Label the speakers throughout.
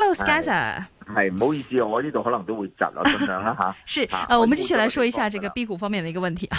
Speaker 1: Hello，Oh, Sky Sir，
Speaker 2: 係唔好意思，我呢度可能都會窒，我盡量啦吓。
Speaker 1: 是，
Speaker 2: 啊
Speaker 1: 呃，我
Speaker 2: 我
Speaker 1: 们
Speaker 2: 已
Speaker 1: 继续
Speaker 2: 经做
Speaker 1: 来
Speaker 2: 了
Speaker 1: 说一
Speaker 2: 这个
Speaker 1: 下这
Speaker 2: 了
Speaker 1: 个 B 股方面的一个问题啊。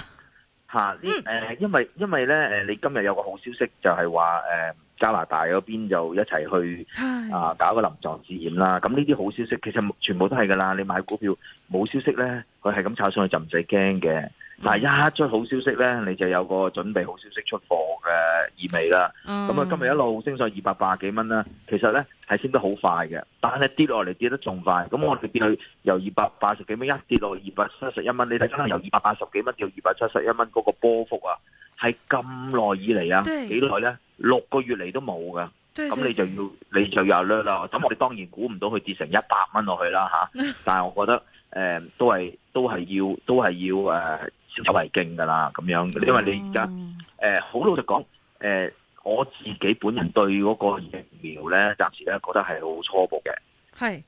Speaker 2: 吓呢誒，因為因為咧誒，你今日有個好消息就係話誒加拿大嗰邊就一齊去
Speaker 1: 唉
Speaker 2: 啊搞個臨床試驗啦。咁呢啲好消息其實全部都係㗎啦。你買股票冇消息咧，佢係咁炒上去就唔使驚嘅。但係一出好消息咧，你就有個準備好消息出貨嘅意味啦。
Speaker 1: 嗯
Speaker 2: 咁啊，今日一路升上二百八十幾蚊啦，其實咧係升得好快嘅，但係跌落嚟跌得仲快。咁我哋跌去由二百八十幾蚊一跌落二百七十一蚊，你睇翻由二百八十幾蚊掉二百七十一蚊嗰個波幅啊，係咁耐以嚟啊，
Speaker 1: 對
Speaker 2: 幾耐咧？六個月嚟都冇㗎。
Speaker 1: 对
Speaker 2: 咁
Speaker 1: 对
Speaker 2: 你就要你就要 alert 啦。咁我哋當然估唔到佢跌成一百蚊落去啦吓，但係我覺得誒、呃都係都係要都係要誒、呃先走為敬㗎啦咁樣，因為你而家。
Speaker 1: 嗯
Speaker 2: 誒呃好老實講，誒、呃我自己本人對嗰個疫苗咧，暫時咧覺得係好初步嘅。誒、
Speaker 1: 系，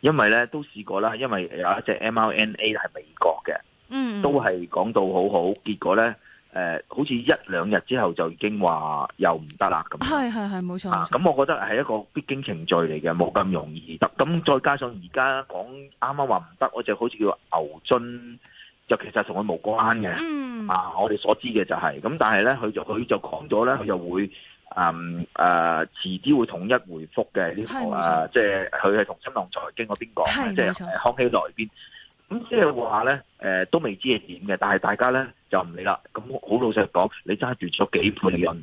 Speaker 2: 因為咧都試過啦，因為有一隻 mRNA 係美國嘅，
Speaker 1: 嗯，
Speaker 2: 都係講到好好，結果咧誒、好似一兩日之後就已經話又唔得啦咁樣。
Speaker 1: 系系系，冇错
Speaker 2: 啊
Speaker 1: 冇，錯
Speaker 2: 咁我覺得係一個必經程序嚟嘅，冇咁容易得。咁再加上而家講啱啱話唔得，我就好似叫牛津，就其實同佢無關嘅。
Speaker 1: 嗯，
Speaker 2: 啊，我哋所知嘅就係、咁，但係咧，佢就佢就講咗咧，佢就會嗯誒、呃、遲啲會統一回覆嘅呢、
Speaker 1: 係
Speaker 2: 個
Speaker 1: 冇錯
Speaker 2: 啊，即係佢係同新浪財經嗰邊講
Speaker 1: 係
Speaker 2: 嘅，
Speaker 1: 冇
Speaker 2: 即係呃
Speaker 1: 錯
Speaker 2: 康熙來邊。咁即係話咧，誒、都未知係點嘅，但係大家咧就唔理啦。咁好老實講，你揸住咗幾倍利潤，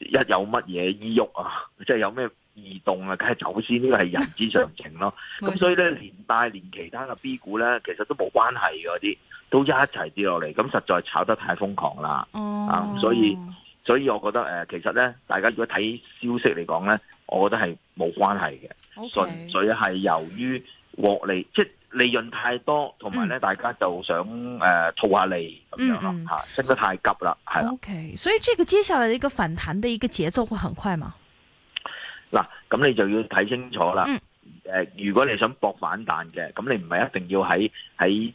Speaker 2: 一有乜嘢意喐啊，即係有咩異動啊，梗係走先，呢個係人之常情咯。
Speaker 1: 冇
Speaker 2: 咁
Speaker 1: 錯
Speaker 2: 所以咧，連帶連其他嘅 B 股咧，其實都冇關係嘅嗰啲，都一齊跌落嚟，咁實在炒得太瘋狂啦。
Speaker 1: 哦
Speaker 2: 所以所以我覺得誒、呃其實咧，大家如果睇消息嚟講咧，我覺得係冇關係嘅，純
Speaker 1: OK，
Speaker 2: 粹係由於獲利，即係利潤太多，同埋咧大家就想誒、呃套下利咁樣咯
Speaker 1: 嗯嗯
Speaker 2: 嚇，升得太急啦，係啦。
Speaker 1: OK，所以这个接下来的一个反弹的一个节奏会很快吗？
Speaker 2: 嗱，咁你就要睇清楚啦。
Speaker 1: 嗯
Speaker 2: 誒、如果你想搏反彈嘅，咁你唔係一定要喺喺。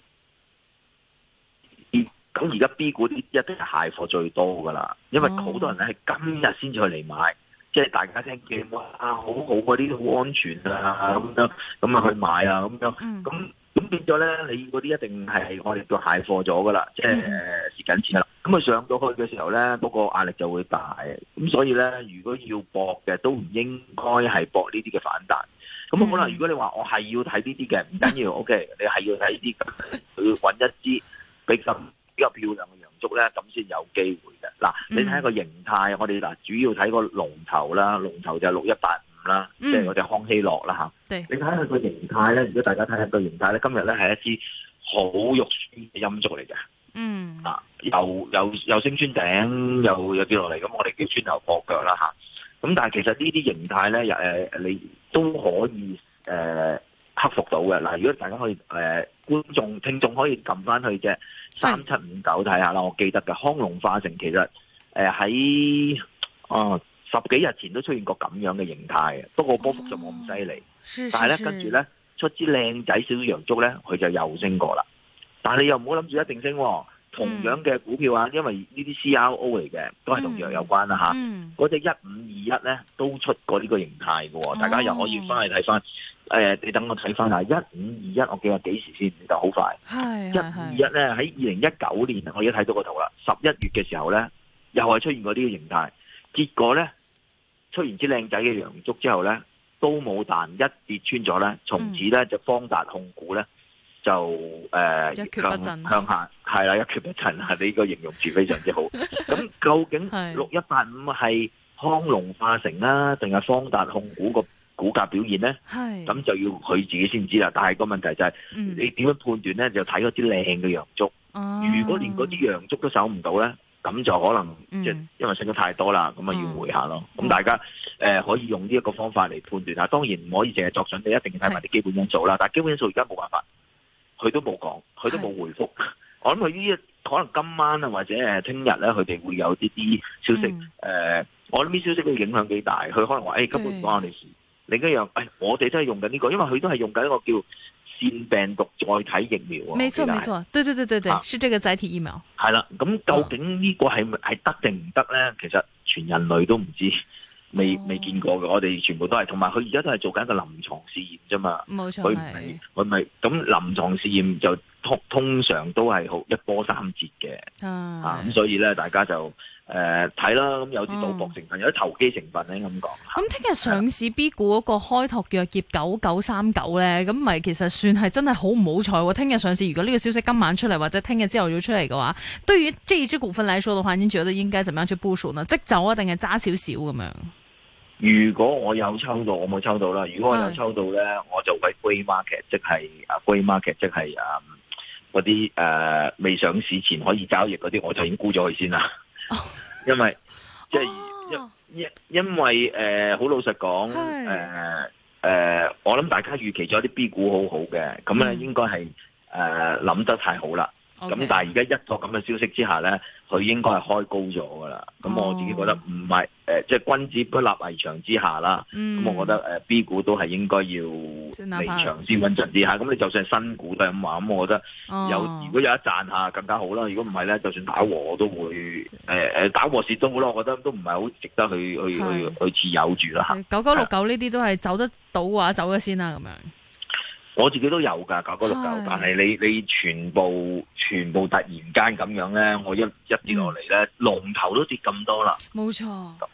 Speaker 2: 咁而家 B 股啲一定係蟹貨最多噶啦，因為
Speaker 1: 哦
Speaker 2: 好多人咧係今日先至去嚟買，即係大家聽見哇好好嗰啲好安全啊咁樣，咁啊去買啊咁樣，
Speaker 1: 嗯，
Speaker 2: 咁咁變咗咧，你嗰啲一定係我哋叫蟹貨咗噶啦，即係誒
Speaker 1: 嗯
Speaker 2: 蝕緊錢啦。咁佢上到去嘅時候咧，嗰、個壓力就會大。咁所以咧，如果要搏嘅，都唔應該係搏呢啲嘅反彈。咁好啦，
Speaker 1: 嗯
Speaker 2: 如果你話我係要睇呢啲嘅，唔緊要，OK，你係要睇呢啲，咁你要揾一支比較比較漂亮嘅洋燭咧，咁先有機會嘅。嗱，你睇下
Speaker 1: 嗯
Speaker 2: 個形態，我哋嗱主要睇個龍頭啦，龍頭就係六一八五啦，即
Speaker 1: 嗯
Speaker 2: 係嗰只康希諾啦嚇。
Speaker 1: 對，
Speaker 2: 你睇下佢個形態咧，如果大家睇下個形態咧，今日咧係一支好肉酸嘅陰燭嚟嘅，
Speaker 1: 嗯，
Speaker 2: 啊，又又又升穿頂，又又跌落嚟，咁我哋叫穿頭破腳啦吓，咁但係其實呢啲形態咧，又誒你都可以誒、呃克服到嘅。嗱，如果大家可以誒、呃、觀眾聽眾可以撳翻去嘅三七五九睇下啦，我記得嘅康龍化成其實誒喺哦十幾日前都出現過咁樣嘅形態嘅，不過波幅就冇咁犀利。
Speaker 1: 是
Speaker 2: 但係咧，跟住，咧出支靚仔少少洋竹咧，佢就又升過啦。但係你又唔好諗住一定升、喎，同樣嘅股票啊，因為呢啲 CRO 嚟嘅，都係同藥有關啦
Speaker 1: 是
Speaker 2: 吓。
Speaker 1: 嗯，
Speaker 2: 嗰只一五二一咧都出過呢個形態嘅、喎，大家又可以
Speaker 1: 哦
Speaker 2: 翻去睇翻。誒、你等我睇翻啊，一五二一，我記下幾時先，就好快。
Speaker 1: 係
Speaker 2: 一五二
Speaker 1: 係
Speaker 2: 啊一
Speaker 1: 係，
Speaker 2: 咧喺二零一九年，啊我而家睇到個圖啦，十一月嘅時候咧，又係出現過呢個形態，結果咧出完支靚仔嘅陽燭之後咧，都冇彈，一跌穿咗咧，從此咧就方達控股咧就誒、呃、
Speaker 1: 嗯一蹶不振
Speaker 2: 向向下，係啦，一蹶不振啊！你個形容詞非常之好。咁究 竟
Speaker 1: 係
Speaker 2: 六一八五係康龍化成啦，定係方達控股個股價表現咧？
Speaker 1: 係，
Speaker 2: 咁就要佢自己先知啦。但係個問題就係、
Speaker 1: 嗯，
Speaker 2: 你點樣判斷咧？就睇嗰啲靚嘅洋燭。如果連嗰
Speaker 1: 啊
Speaker 2: 啲洋燭都守唔到咧，咁就可
Speaker 1: 嗯
Speaker 2: 能即係因為升得太多啦，咁啊
Speaker 1: 嗯
Speaker 2: 要回下咯。
Speaker 1: 嗯
Speaker 2: 咁大家誒可以用呢一個方法嚟判斷下。當然唔可以淨係作準，你一定要睇埋啲基本因素啦。但係基本因素而家冇辦法，佢都冇講，佢都冇回覆。 我諗佢呢一可能今晚啊或者誒聽日咧，佢哋會有啲啲消息誒、
Speaker 1: 嗯
Speaker 2: 呃我諗呢消息都影響幾大。佢可能話誒、哎根本唔關我哋事。另一樣，誒、哎我哋都係用緊呢、個，因為佢都係用緊一個叫腺病毒載體疫苗啊。
Speaker 1: 没
Speaker 2: 我
Speaker 1: 错
Speaker 2: 記得
Speaker 1: 没
Speaker 2: 係
Speaker 1: 错，对对对对对
Speaker 2: 啊，
Speaker 1: 是这个载体疫苗。
Speaker 2: 係啦，咁究竟呢個係咪係得定唔得咧？其實全人類都唔知，未
Speaker 1: 哦
Speaker 2: 未見過嘅，我哋全部都係，同埋佢而家都係做緊一個臨床試驗啫嘛。
Speaker 1: 冇錯
Speaker 2: 佢唔係
Speaker 1: 係，
Speaker 2: 佢咪咁臨床試驗就通通常都係好一波三折嘅啊，咁
Speaker 1: 係。
Speaker 2: 所以咧大家就誒睇啦，咁有啲賭博成分，有啲投機成分咧咁講。
Speaker 1: 咁聽日上市
Speaker 2: 啊
Speaker 1: B 股嗰個開拓藥業九九三九咧，咁咪其實算係真係好唔好彩喎！聽日上市，如果呢個消息今晚出嚟或者聽日朝頭早出嚟嘅話，對於這一支股份嚟說嘅話，您覺得應該怎麼樣去部署呢？即走啊，定係揸少少咁樣？
Speaker 2: 如果我有抽到，我冇抽到啦。如果我有
Speaker 1: 係
Speaker 2: 抽到咧，我就會 grey market，即係啊 grey market，即係啊嗰啲誒未上市前可以交易嗰啲，我就已經沽咗佢先啦。因為即係
Speaker 1: 哦
Speaker 2: 因因為誒好、老實講
Speaker 1: 係
Speaker 2: 誒誒，我諗大家預期咗啲 B 股好好嘅，咁咧
Speaker 1: 嗯
Speaker 2: 應該係誒諗得太好啦。咁
Speaker 1: OK
Speaker 2: 但係而家一個咁嘅消息之下咧，佢應該係開高咗㗎啦。咁我自己覺得
Speaker 1: 哦
Speaker 2: 唔係誒，即係君子不立危牆之下啦。
Speaker 1: 嗯
Speaker 2: 咁我覺得誒呃 B 股都係應該要離場先穩陣啲嚇。咁你就算係新股都係咁話，咁我覺得有
Speaker 1: 哦
Speaker 2: 如果有一賺下更加好啦。如果唔係咧，就算打和我都會誒誒打和蝕都好啦。我覺得都唔係好值得去去去去持有住啦嚇。
Speaker 1: 九九六
Speaker 2: 啊
Speaker 1: 九呢啲都係走得到嘅話，走咗先啦咁樣。
Speaker 2: 我自己都有㗎九九六
Speaker 1: 係
Speaker 2: 九，但係你你全部全部突然間咁樣咧，我一一跌落嚟
Speaker 1: 嗯
Speaker 2: 咧，龍頭都跌咁多啦。
Speaker 1: 冇錯，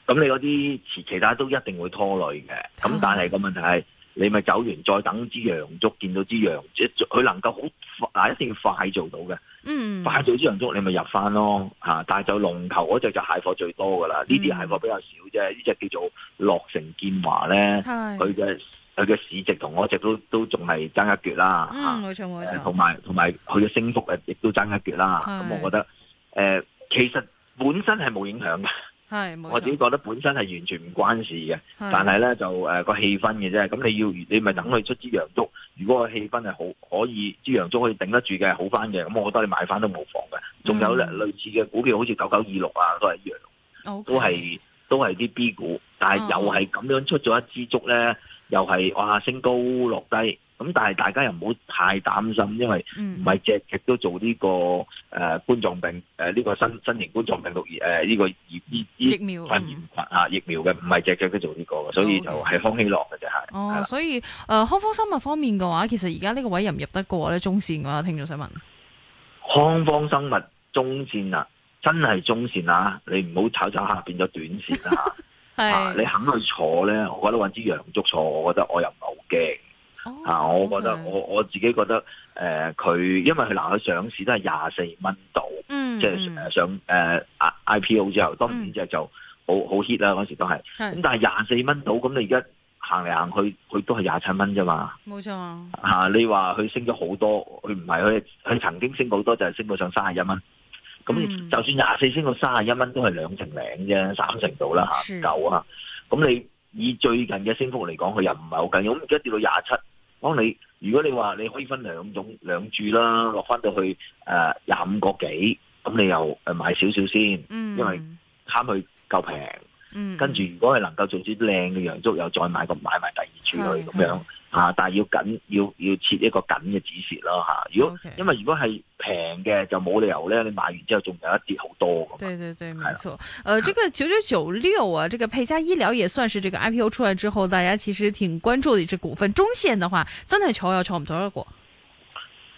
Speaker 2: 咁你嗰啲其其他都一定會拖累嘅。咁
Speaker 1: 係
Speaker 2: 但係個問題係，你咪走完再等支陽燭，見到支陽，即係佢能夠好快，一定要快做到嘅。
Speaker 1: 嗯，
Speaker 2: 快做支陽燭，你咪入翻咯嚇。啊但係就龍頭嗰只就蟹貨最多㗎啦，
Speaker 1: 嗯
Speaker 2: 呢啲蟹貨比較少啫。呢只叫做樂城建華咧，
Speaker 1: 係，
Speaker 2: 佢嘅佢嘅市值同我只都都仲係爭一橛啦嚇。
Speaker 1: 嗯，冇錯冇
Speaker 2: 誒
Speaker 1: 錯，
Speaker 2: 同埋同埋佢嘅升幅誒亦都爭一橛啦。
Speaker 1: 係
Speaker 2: 咁我覺得誒、呃其實本身係冇影響嘅，
Speaker 1: 係冇
Speaker 2: 我自己
Speaker 1: 錯，
Speaker 2: 覺得本身係完全唔關事嘅。但
Speaker 1: 係
Speaker 2: 係咧就誒個、氣氛嘅啫。咁你要你咪等佢出支陽燭，如果個氣氛係好可以，支陽燭可以頂得住嘅，好翻嘅，咁我覺得你買翻都冇妨嘅。仲有咧、
Speaker 1: 嗯
Speaker 2: 類似嘅股票，好似九九二六啊，都係一樣，都係哦都係啲 B 股，但係又係咁樣出咗一支燭咧，又係哇升高落低。咁但係大家又唔好太擔心，因為唔
Speaker 1: 唔
Speaker 2: 係隻隻都做呢、個誒、呃、冠狀病誒呢、個新新型冠狀病毒呃誒呢、個疫呢
Speaker 1: 疫
Speaker 2: 呢
Speaker 1: 苗
Speaker 2: 肺炎
Speaker 1: 嗯
Speaker 2: 群啊疫苗嘅，唔係隻隻都做呢、個嘅，所以就
Speaker 1: 哦
Speaker 2: 係康希諾嘅啫係。係
Speaker 1: 哦，
Speaker 2: 啦
Speaker 1: 所以誒、呃康方生物方面嘅話，其實而家呢個位入唔入得過咧？中線嘅話，聽眾想問，
Speaker 2: 康方生物中線啊，真係中線啊！你唔好炒炒下變咗短線 啦、啊你肯去坐咧，我覺得揾支陽燭坐，我覺得我又唔係好驚。
Speaker 1: 哦
Speaker 2: 啊，我覺得
Speaker 1: OK
Speaker 2: 我我自己覺得誒，佢、因為佢嗱佢上市都係廿四蚊度。
Speaker 1: 嗯
Speaker 2: 即係誒上呃啊誒 IPO 之後，當然之後就好好 hit 啦嗰時都係。咁
Speaker 1: 係
Speaker 2: 但係廿四蚊到，咁你而家行嚟行去，佢都係廿七蚊啫嘛。
Speaker 1: 冇錯啊，
Speaker 2: 嚇、你話佢升咗好多，佢唔係佢佢曾經升好多，就係升到上三十一蚊。咁
Speaker 1: 嗯
Speaker 2: 就算廿四升到三十一蚊，都係兩成零啫，三成到啦嚇，
Speaker 1: 是
Speaker 2: 唔夠啊。咁你以最近嘅升幅嚟講，佢又唔係好緊要。咁而家跌到廿七，當你如果你話你可以分兩種兩注啦，落翻到去誒廿五個幾，咁你又誒買少少先，
Speaker 1: 嗯，
Speaker 2: 因為貪佢夠平。
Speaker 1: 嗯
Speaker 2: 跟住如果係能夠做啲靚嘅洋燭，又再買個買埋第二處去咁樣
Speaker 1: 係
Speaker 2: 啊，但係要緊要要設一個緊嘅止蝕咯嚇。如果
Speaker 1: OK
Speaker 2: 因為如果係平嘅，就冇理由咧，你買完之後仲有一跌好多咁。啊
Speaker 1: 对对对，没
Speaker 2: 了
Speaker 1: 错。呃，这个九九九六啊，这个培佳医疗也算是这个 IPO 出来之后，大家其实挺关注的一只股份。中线的话，真的炒又炒不着的股。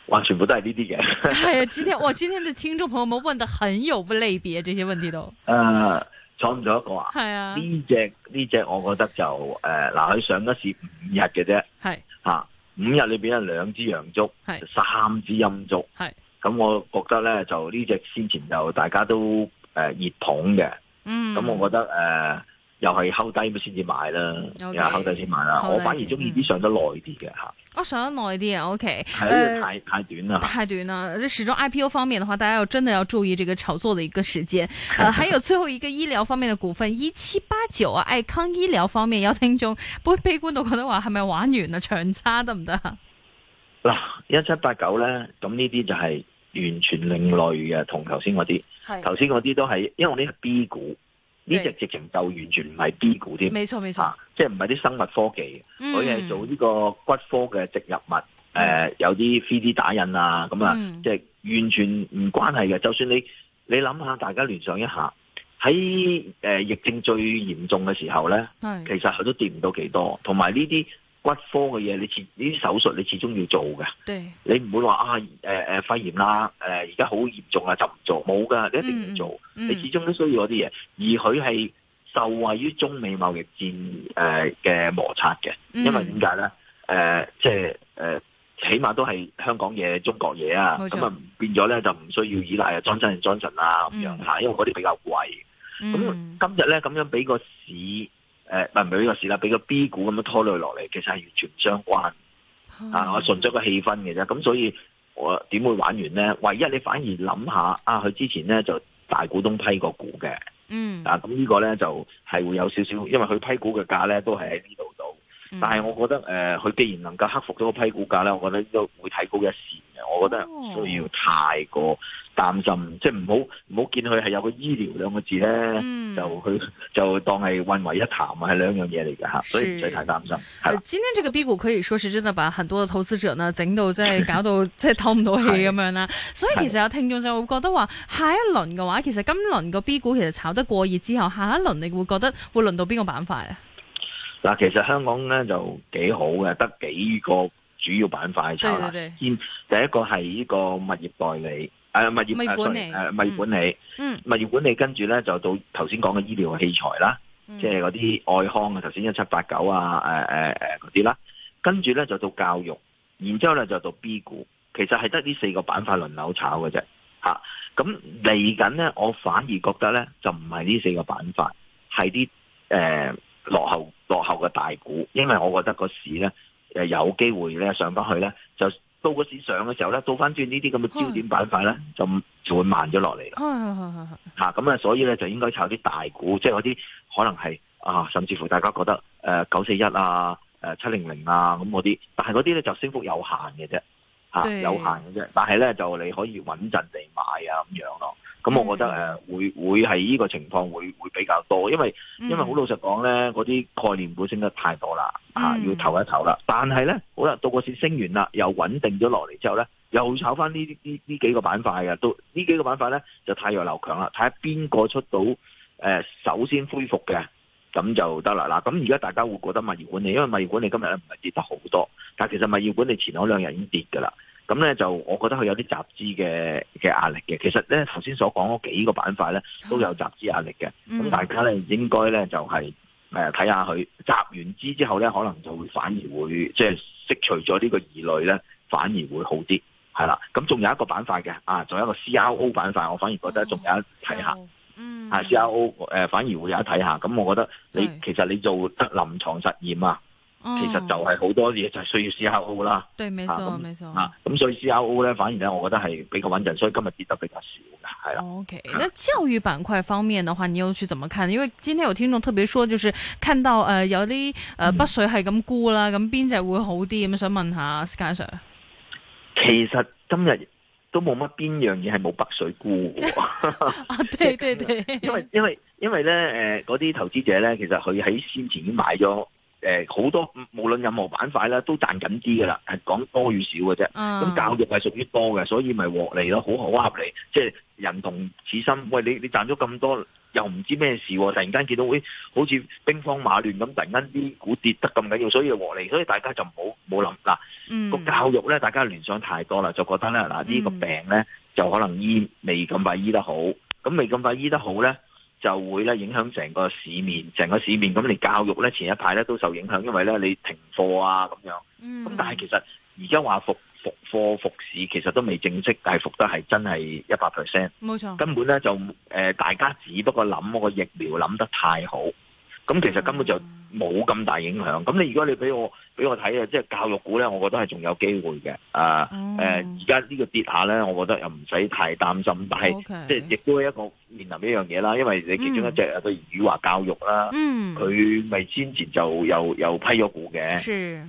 Speaker 2: 哇，全部都係呢啲嘅。
Speaker 1: 哎呀，今天哇，今天的听众朋友们问的很有类别，这些问题都
Speaker 2: 誒，坐唔咗一個啊？
Speaker 1: 系啊，
Speaker 2: 呢只呢只我覺得就誒嗱，佢上一市五日嘅啫
Speaker 1: 系
Speaker 2: 嚇，五日裏邊有兩支洋燭，
Speaker 1: 係
Speaker 2: 三支陰燭。
Speaker 1: 系，
Speaker 2: 咁我覺得咧就呢只先前就大家都誒熱捧嘅。
Speaker 1: 嗯，
Speaker 2: 咁我覺得誒、呃又係睺低咁先至買啦，又
Speaker 1: OK
Speaker 2: 係睺低先買啦。
Speaker 1: 睺低嗯
Speaker 2: 我反而中意啲上得耐啲嘅嚇，
Speaker 1: 我想得耐啲啊，OK，
Speaker 2: 係因為太太短啦。
Speaker 1: 太短了，这始终 IPO 方面的话，大家要真的要注意这个炒作的一个时间。 呃，还有最后一个医疗方面的股份一七八九啊，爱康医疗方面有聽眾不會悲觀到覺得話係咪玩完啊長差得唔得啊？
Speaker 2: 嗱，一七八九咧，咁呢啲就係完全另類嘅，同頭先嗰啲，
Speaker 1: 係，
Speaker 2: 頭先嗰啲都係，因為我呢係 B 股，呢
Speaker 1: 對
Speaker 2: 只直情就完全唔係 B 股添，
Speaker 1: 沒錯沒錯
Speaker 2: 啊，即係唔係啲生物科技，
Speaker 1: 嗯
Speaker 2: 佢係做呢個骨科嘅植入物，誒、有啲 3D 打印啊，咁啊。
Speaker 1: 嗯
Speaker 2: 即係完全唔關係嘅。就算你你諗下，大家聯想一下，喺誒疫症最嚴重嘅時候咧，其
Speaker 1: 係
Speaker 2: 實佢都跌唔到幾多，同埋呢啲骨科嘅嘢，你始呢啲手術你始終要做嘅。
Speaker 1: 對，
Speaker 2: 你唔會話啊誒誒、呃肺炎啦，誒而家好嚴重啊啦就唔做，冇噶，你一定要做，
Speaker 1: 嗯
Speaker 2: 你始終都需要嗰啲嘢。而佢係受惠於中美貿易戰誒嘅、摩擦嘅，
Speaker 1: 嗯
Speaker 2: 因為點解咧？誒、即係誒、呃起碼都係香港嘢、中國嘢啊，
Speaker 1: 冇錯
Speaker 2: 咁啊變咗咧就唔需要依賴啊 Johnson Johnson 啊咁樣嚇，因為嗰啲比較貴。咁
Speaker 1: 嗯
Speaker 2: 今日咧咁樣俾個市誒，唔係唔係俾個市啦，俾個 B 股咁樣拖累落嚟，其實係完全唔相關。
Speaker 1: 嗯
Speaker 2: 啊，我純粹個氣氛嘅啫。咁所以我點會玩完呢？唯一你反而諗下啊，佢之前呢就大股東批過股嘅，
Speaker 1: 嗯
Speaker 2: 啊咁呢個呢就係會有少少，因為佢批股嘅價呢都係喺呢度度。
Speaker 1: 嗯
Speaker 2: 但係我覺得誒，佢、既然能夠克服到個批股價呢，我覺得都會睇高一線嘅。我覺得
Speaker 1: 哦
Speaker 2: 唔需要太過擔心，即係唔好唔好見佢係有個醫療兩個字呢，
Speaker 1: 嗯
Speaker 2: 就佢就當係混為一談啊，係兩樣嘢嚟嘅嚇，所以唔使太擔心。係
Speaker 1: 呃
Speaker 2: 啦，
Speaker 1: 今天這個 B 股可以說是真的把很多嘅投資者呢整到即係搞到即係唞唔到氣咁樣啦，所以其實有聽眾就會覺得話下一輪嘅話，其實今輪個 B 股其實炒得過熱之後，下一輪你會覺得會輪到邊個板塊啊？
Speaker 2: 嗱，其實香港呢就幾好嘅，得幾個主要板塊炒啦。
Speaker 1: 對對
Speaker 2: 先第一個係呢個物業代理，誒、呃物業
Speaker 1: 物業
Speaker 2: 誒
Speaker 1: 管理
Speaker 2: sorry，誒物業管理，
Speaker 1: 嗯
Speaker 2: 物業管理跟住咧就到頭先講嘅醫療器材啦，
Speaker 1: 嗯
Speaker 2: 即係嗰啲外康啊，頭先一七八九啊，誒誒誒嗰啲啦，跟住咧就到教育，然之後咧就到 B 股，其實係得呢四個板塊輪流炒嘅啫，嚇、咁嚟緊咧，我反而覺得咧就唔係呢四個板塊，係啲誒落後落後嘅大股，因為我覺得個市咧誒有機會咧上翻去咧，就到個市上嘅時候咧，倒翻轉呢啲咁嘅焦點板塊咧，就就會慢咗落嚟啦。
Speaker 1: 係係係係係
Speaker 2: 嚇咁啊，所以咧就應該炒啲大股，即係嗰啲可能係啊，甚至乎大家覺得誒九四一啊、誒七零零啊咁嗰啲，但係嗰啲咧就升幅有限嘅啫，嚇、
Speaker 1: 對
Speaker 2: 有限嘅啫。但係咧就你可以穩陣地買啊咁樣咯。咁我覺得誒、呃會會係呢個情況會會比較多，因為
Speaker 1: 嗯
Speaker 2: 因為好老實講咧，嗰啲概念股升得太多啦，啊
Speaker 1: 嗯
Speaker 2: 要投一投啦。但係咧，好啦，到個市升完啦，又穩定咗落嚟之後咧，又炒翻呢啲呢呢幾個板塊嘅，到呢幾個板塊咧就太弱留強啦，睇下邊個出到誒、呃首先恢復嘅。咁就得啦嗱，咁而家大家會覺得物業管理，因為物業管理今日咧唔係跌得好多，但係其實物業管理前嗰兩日已經跌㗎啦。咁咧就我覺得佢有啲集資嘅嘅壓力嘅。其實咧頭先所講嗰幾個板塊咧都有集資壓力嘅。咁
Speaker 1: 嗯
Speaker 2: 大家咧應該咧就係誒睇下佢呃集完資之後咧，可能就會反而會即係釋除咗呢個疑慮咧，反而會好啲，係啦。咁仲有一個板塊嘅啊，仲有一個 CRO 板塊，我反而覺得仲有
Speaker 1: 哦
Speaker 2: 一睇下。
Speaker 1: 收嗯
Speaker 2: 啊 CRO 誒、反而會有一睇下，咁我覺得你
Speaker 1: 係
Speaker 2: 其實你做得臨床實驗啊，其實就
Speaker 1: 哦
Speaker 2: 係好多嘢就係需要 CRO 啦，
Speaker 1: 對，沒
Speaker 2: 啊
Speaker 1: 錯
Speaker 2: 咁
Speaker 1: 沒錯
Speaker 2: 啊，咁所以 CRO 咧反而咧，我覺得係比較穩陣，所以今日跌得比較少嘅，係啦。
Speaker 1: OK，那教育板塊方面的話，你又去怎麼看？因為今天有聽眾特別說，就是看到誒、呃有啲誒
Speaker 2: 嗯
Speaker 1: 北水係咁沽啦，咁邊隻會好啲咁？想問下 Sky Sir，
Speaker 2: 其實今日都冇乜邊樣嘢係冇北水沽嘅喎。
Speaker 1: 啊，對對對，
Speaker 2: 因為因為因為咧誒嗰啲投資者咧，其實佢喺先前已經買咗誒好多，嗯無論任何板塊啦，都賺緊啲嘅啦，係講多與少嘅啫。咁
Speaker 1: 咁
Speaker 2: 教育係屬於多嘅，所以咪獲利咯，好好合理。即係人同此心，喂你你賺咗咁多，又唔知咩事喎，突然間見到喂好似兵荒馬亂咁，突然間啲股跌得咁緊要，所以獲利，所以大家就唔好冇諗嗱。個教育咧，大家聯想太多啦，就覺得咧嗱呢個
Speaker 1: 嗯
Speaker 2: 病咧就可能醫未咁快醫得好，咁未咁快醫得好咧，就會咧影響成個市面，成個市面咁你教育咧前一排咧都受影響，因為咧你停課啊咁樣，
Speaker 1: 嗯，
Speaker 2: 咁但係其實而家話復復課復市，其實都未正式係復得係真係一百 percent，
Speaker 1: 冇錯，
Speaker 2: 根本咧就誒、呃大家只不過諗嗰個疫苗諗得太好，咁其實根本就。冇咁大影響。咁你如果你俾我俾我睇啊，即係教育股咧，我覺得係仲有機會嘅。啊
Speaker 1: 哦
Speaker 2: 誒，而家呢個跌下咧，我覺得又唔使太擔心。但係
Speaker 1: OK
Speaker 2: 即係亦都係一個面臨一樣嘢啦，因為你其中一隻啊，譬如話教育啦，
Speaker 1: 嗯，
Speaker 2: 佢呃咪先前就又又批咗股嘅。
Speaker 1: 是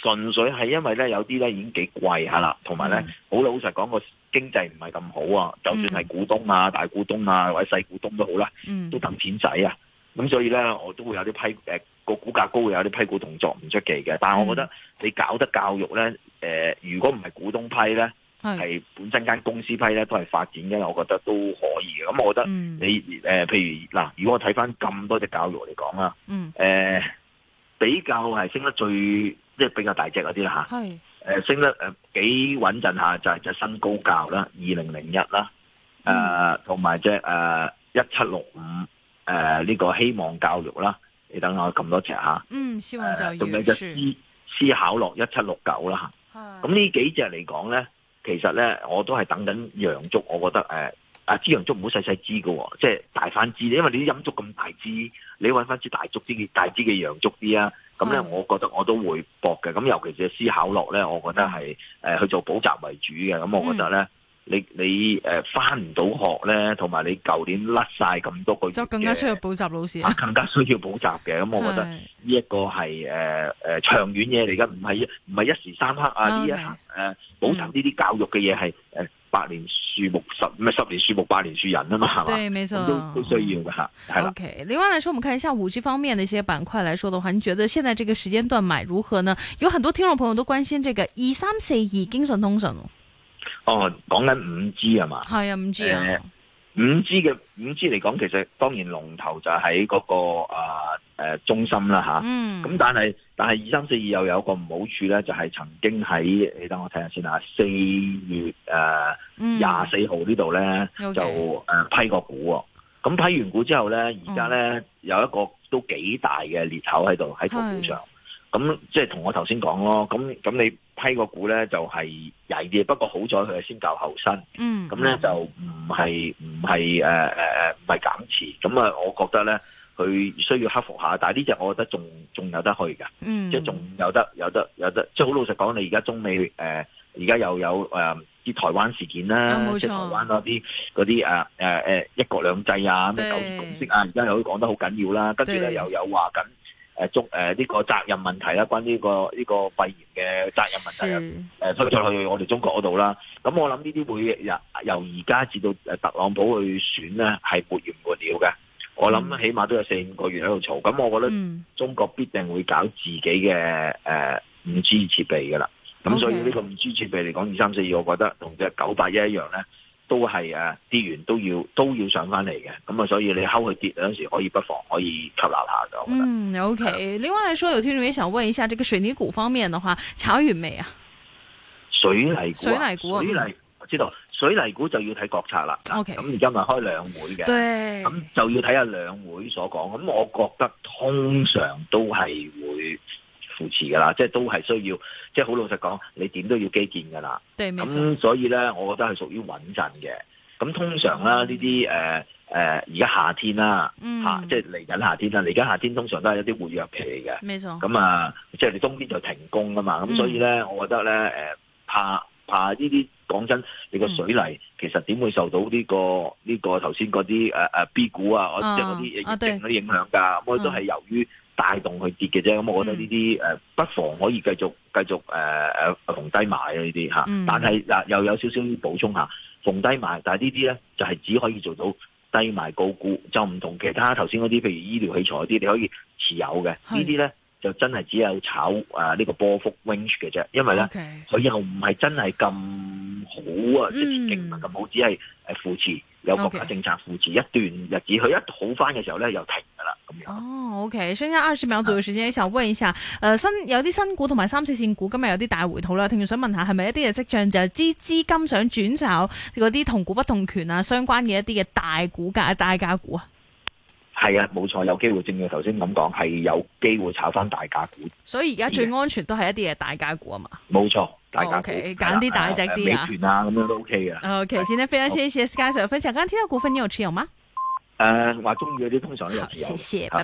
Speaker 2: 純粹係因為咧，有啲咧已經幾貴下啦，同埋
Speaker 1: 嗯
Speaker 2: 咧好老實講個經濟唔係咁好啊。就算係股東啊、大股東啊或者細股東都好啦。
Speaker 1: 嗯
Speaker 2: 都等錢使啊。咁所以咧，我都會有啲批誒個股價高會有啲批股呃動作唔出奇嘅。但係我覺得你搞得教育咧，誒、如果唔係股東批咧，
Speaker 1: 係
Speaker 2: 係本身間公司批咧都係發展嘅，我覺得都可以嘅。咁我覺得
Speaker 1: 嗯
Speaker 2: 你誒、呃譬如嗱，如果我睇翻咁多隻教育嚟講啦，
Speaker 1: 嗯
Speaker 2: 誒、比較係升得最即係比較大隻嗰啲啦嚇，
Speaker 1: 係
Speaker 2: 誒、呃升得誒幾穩陣下就係隻新高教啦，二零零一啦，
Speaker 1: 嗯
Speaker 2: 誒同埋隻誒一七六五誒呢個希望教育啦，你等我咁多隻嚇，
Speaker 1: 嗯，希望教
Speaker 2: 誒仲有
Speaker 1: 育
Speaker 2: 隻
Speaker 1: 是
Speaker 2: 思思考樂一七六九啦嚇。咁呢幾隻嚟講咧，其實咧我都係等緊洋竹，我覺得誒、呃啊支洋竹唔好細細支嘅喎，即係大翻支，因為你啲陰竹咁大支，你揾翻支大竹啲嘅大支嘅洋竹啲啊，咁咧
Speaker 1: 嗯
Speaker 2: 我覺得我都會搏嘅。咁尤其是思考落咧，我覺得係誒、
Speaker 1: 嗯
Speaker 2: 呃去做補習為主嘅，咁我覺得咧。你你誒翻唔到學咧，同埋你舊年甩晒咁多個月
Speaker 1: 就更加
Speaker 2: 嘅
Speaker 1: 需要嗯補習老師
Speaker 2: 啊
Speaker 1: 啊，
Speaker 2: 更加需要補習嘅。咁我覺得。
Speaker 1: 係
Speaker 2: 呢一個係誒誒長遠嘢嚟㗎，唔係唔係一時三刻啊！呢
Speaker 1: OK
Speaker 2: 一刻誒
Speaker 1: 嗯
Speaker 2: 補習呢啲教育嘅嘢係誒百年樹木十唔係十年樹木百年樹人啊嘛，係嘛？
Speaker 1: 對，沒
Speaker 2: 咁
Speaker 1: 錯，
Speaker 2: 都都需要㗎嚇，係啦。
Speaker 1: OK，另外來說，我們看一下五 G 方面的一些板塊來說的話，你覺得現在這個時間段買如何呢？有很多聽眾朋友都關心這個二三四二京信通訊喎，
Speaker 2: 哦，講緊五 G 係嘛？
Speaker 1: 係啊，五 G 啊
Speaker 2: 誒，五 G 嘅五 G 嚟講，其實當然龍頭就喺嗰個啊誒中心啦嚇。
Speaker 1: 嗯，
Speaker 2: 啊咁但係但係二三四二又有個唔好處咧，就係曾經喺你等我睇下先啊，四月誒
Speaker 1: 嗯
Speaker 2: 廿四號呢度咧。
Speaker 1: OK，
Speaker 2: 就誒、呃批個股喎、咁批完股之後咧，而家咧
Speaker 1: 嗯
Speaker 2: 有一個都幾大嘅裂口喺度喺個股上，咁即係同我頭先講咯，咁咁你批個股咧就係曳啲，不過好在佢係先教後生，
Speaker 1: 嗯，
Speaker 2: 咁咧就唔係唔係誒誒誒唔係減持，咁啊我覺得咧佢需要克服下，但係呢只我覺得仲仲有得去㗎。
Speaker 1: 嗯，
Speaker 2: 即係仲有得有得有得，即係好老實講，你而家中美誒呃而家又有誒呃啲、台灣事件啦
Speaker 1: 啊，冇錯
Speaker 2: 即係台灣嗰啲嗰啲誒誒誒一國兩制啊，
Speaker 1: 對
Speaker 2: 咩九二共識啊，而家又講得好緊要啦，跟住咧
Speaker 1: 對
Speaker 2: 又有話緊誒呃中誒呢個責任問題啦，關於呢、個呢、個肺炎嘅責任問題啊。
Speaker 1: 是
Speaker 2: 誒推咗去我哋中國嗰度啦。咁我諗呢啲會由由而家至到誒特朗普去選咧，係沒完沒了嘅。我諗起碼都有四五個月喺度嘈。咁我覺得
Speaker 1: 嗯
Speaker 2: 中國必定會搞自己嘅誒五 G 設備㗎啦。咁
Speaker 1: OK
Speaker 2: 所以呢個五 G 設備嚟講，二三四二，我覺得同只九八一一樣咧，都係誒跌完都要都要上翻嚟嘅。咁啊，所以你睺佢跌嗰陣時，可以不妨可以吸納下嘅。我覺得啊
Speaker 1: 嗯，OK。另外來說，有聽眾也想問一下，這個水泥股方面的話，炒完未啊
Speaker 2: 水泥股啊、
Speaker 1: 水泥股啊
Speaker 2: 水泥我知道水泥股就要睇國策啦。嗱
Speaker 1: OK
Speaker 2: 啊咁而家咪開兩會嘅，
Speaker 1: 對
Speaker 2: 咁就要睇下兩會所講。咁我覺得通常都係會扶持噶啦，即係都係需要，即係好老實講，你點都要基建噶啦。
Speaker 1: 對，沒錯，
Speaker 2: 咁所以咧，我覺得係屬於穩陣嘅。咁通常啦，呢啲誒誒，呃而家夏天啦
Speaker 1: 嗯，
Speaker 2: 嚇，啊即係嚟緊夏天啦，嚟緊夏天通常都係一啲活躍期嚟嘅。
Speaker 1: 沒錯，
Speaker 2: 咁啊，即係你冬天就停工噶嘛，
Speaker 1: 嗯
Speaker 2: 咁所以咧，我覺得咧，誒怕怕呢啲講真，你
Speaker 1: 嗯
Speaker 2: 個水泥其實點會受到呢個呢個頭先嗰啲誒誒 B 股啊，我
Speaker 1: 啊
Speaker 2: 即係嗰啲
Speaker 1: 啊
Speaker 2: 疫
Speaker 1: 對嗯
Speaker 2: 情嗰啲影響㗎，咁我都係由於帶動佢跌嘅啫，咁我覺得呢啲誒不妨可以繼續繼續誒誒逢低買啊呢啲嚇
Speaker 1: 嗯，
Speaker 2: 但係嗱又有少少補充下，逢低買，但係呢啲咧就係只可以做到。低賣高估，就唔同其他頭先嗰啲，譬如醫療器材嗰啲，你可以持有嘅。呢
Speaker 1: 係
Speaker 2: 啲咧就真係只有炒啊呢個波幅 range 嘅啫，因為咧
Speaker 1: OK，
Speaker 2: 佢又唔係真係咁好啊，即係勁唔係咁好，只係誒扶持有國家
Speaker 1: 嗯 OK
Speaker 2: 政策扶持一段日子，佢一好翻嘅時候咧又停㗎啦咁樣。
Speaker 1: 哦，OK，剩下二
Speaker 2: 啊
Speaker 1: 十秒左右時間，想問一下，誒、呃、新有啲新股同埋三四線股今日有啲大回吐啦，聽眾想問下，係咪一啲嘅跡象就係資資金想轉炒嗰啲同股不同權啊，相關嘅一啲嘅大股價、大價股啊？
Speaker 2: 係啊，冇錯，有機會，正如頭先咁講，係有機會炒翻大價股，
Speaker 1: 所以而家最安全都係一啲嘅大價股啊嘛。
Speaker 2: 冇錯，大價股
Speaker 1: OK，
Speaker 2: 係啦
Speaker 1: 揀啲大隻啲啊
Speaker 2: 誒美團啊咁樣都 OK 嘅。
Speaker 1: OK，今天非常謝謝 Sky Sir 分享，剛剛聽到股份你有持有嗎？
Speaker 2: 啊誒話中意嗰啲通常都有
Speaker 1: 好，
Speaker 2: 持有
Speaker 1: 謝
Speaker 2: 嘅。
Speaker 1: 謝，拜
Speaker 2: 好
Speaker 1: 拜。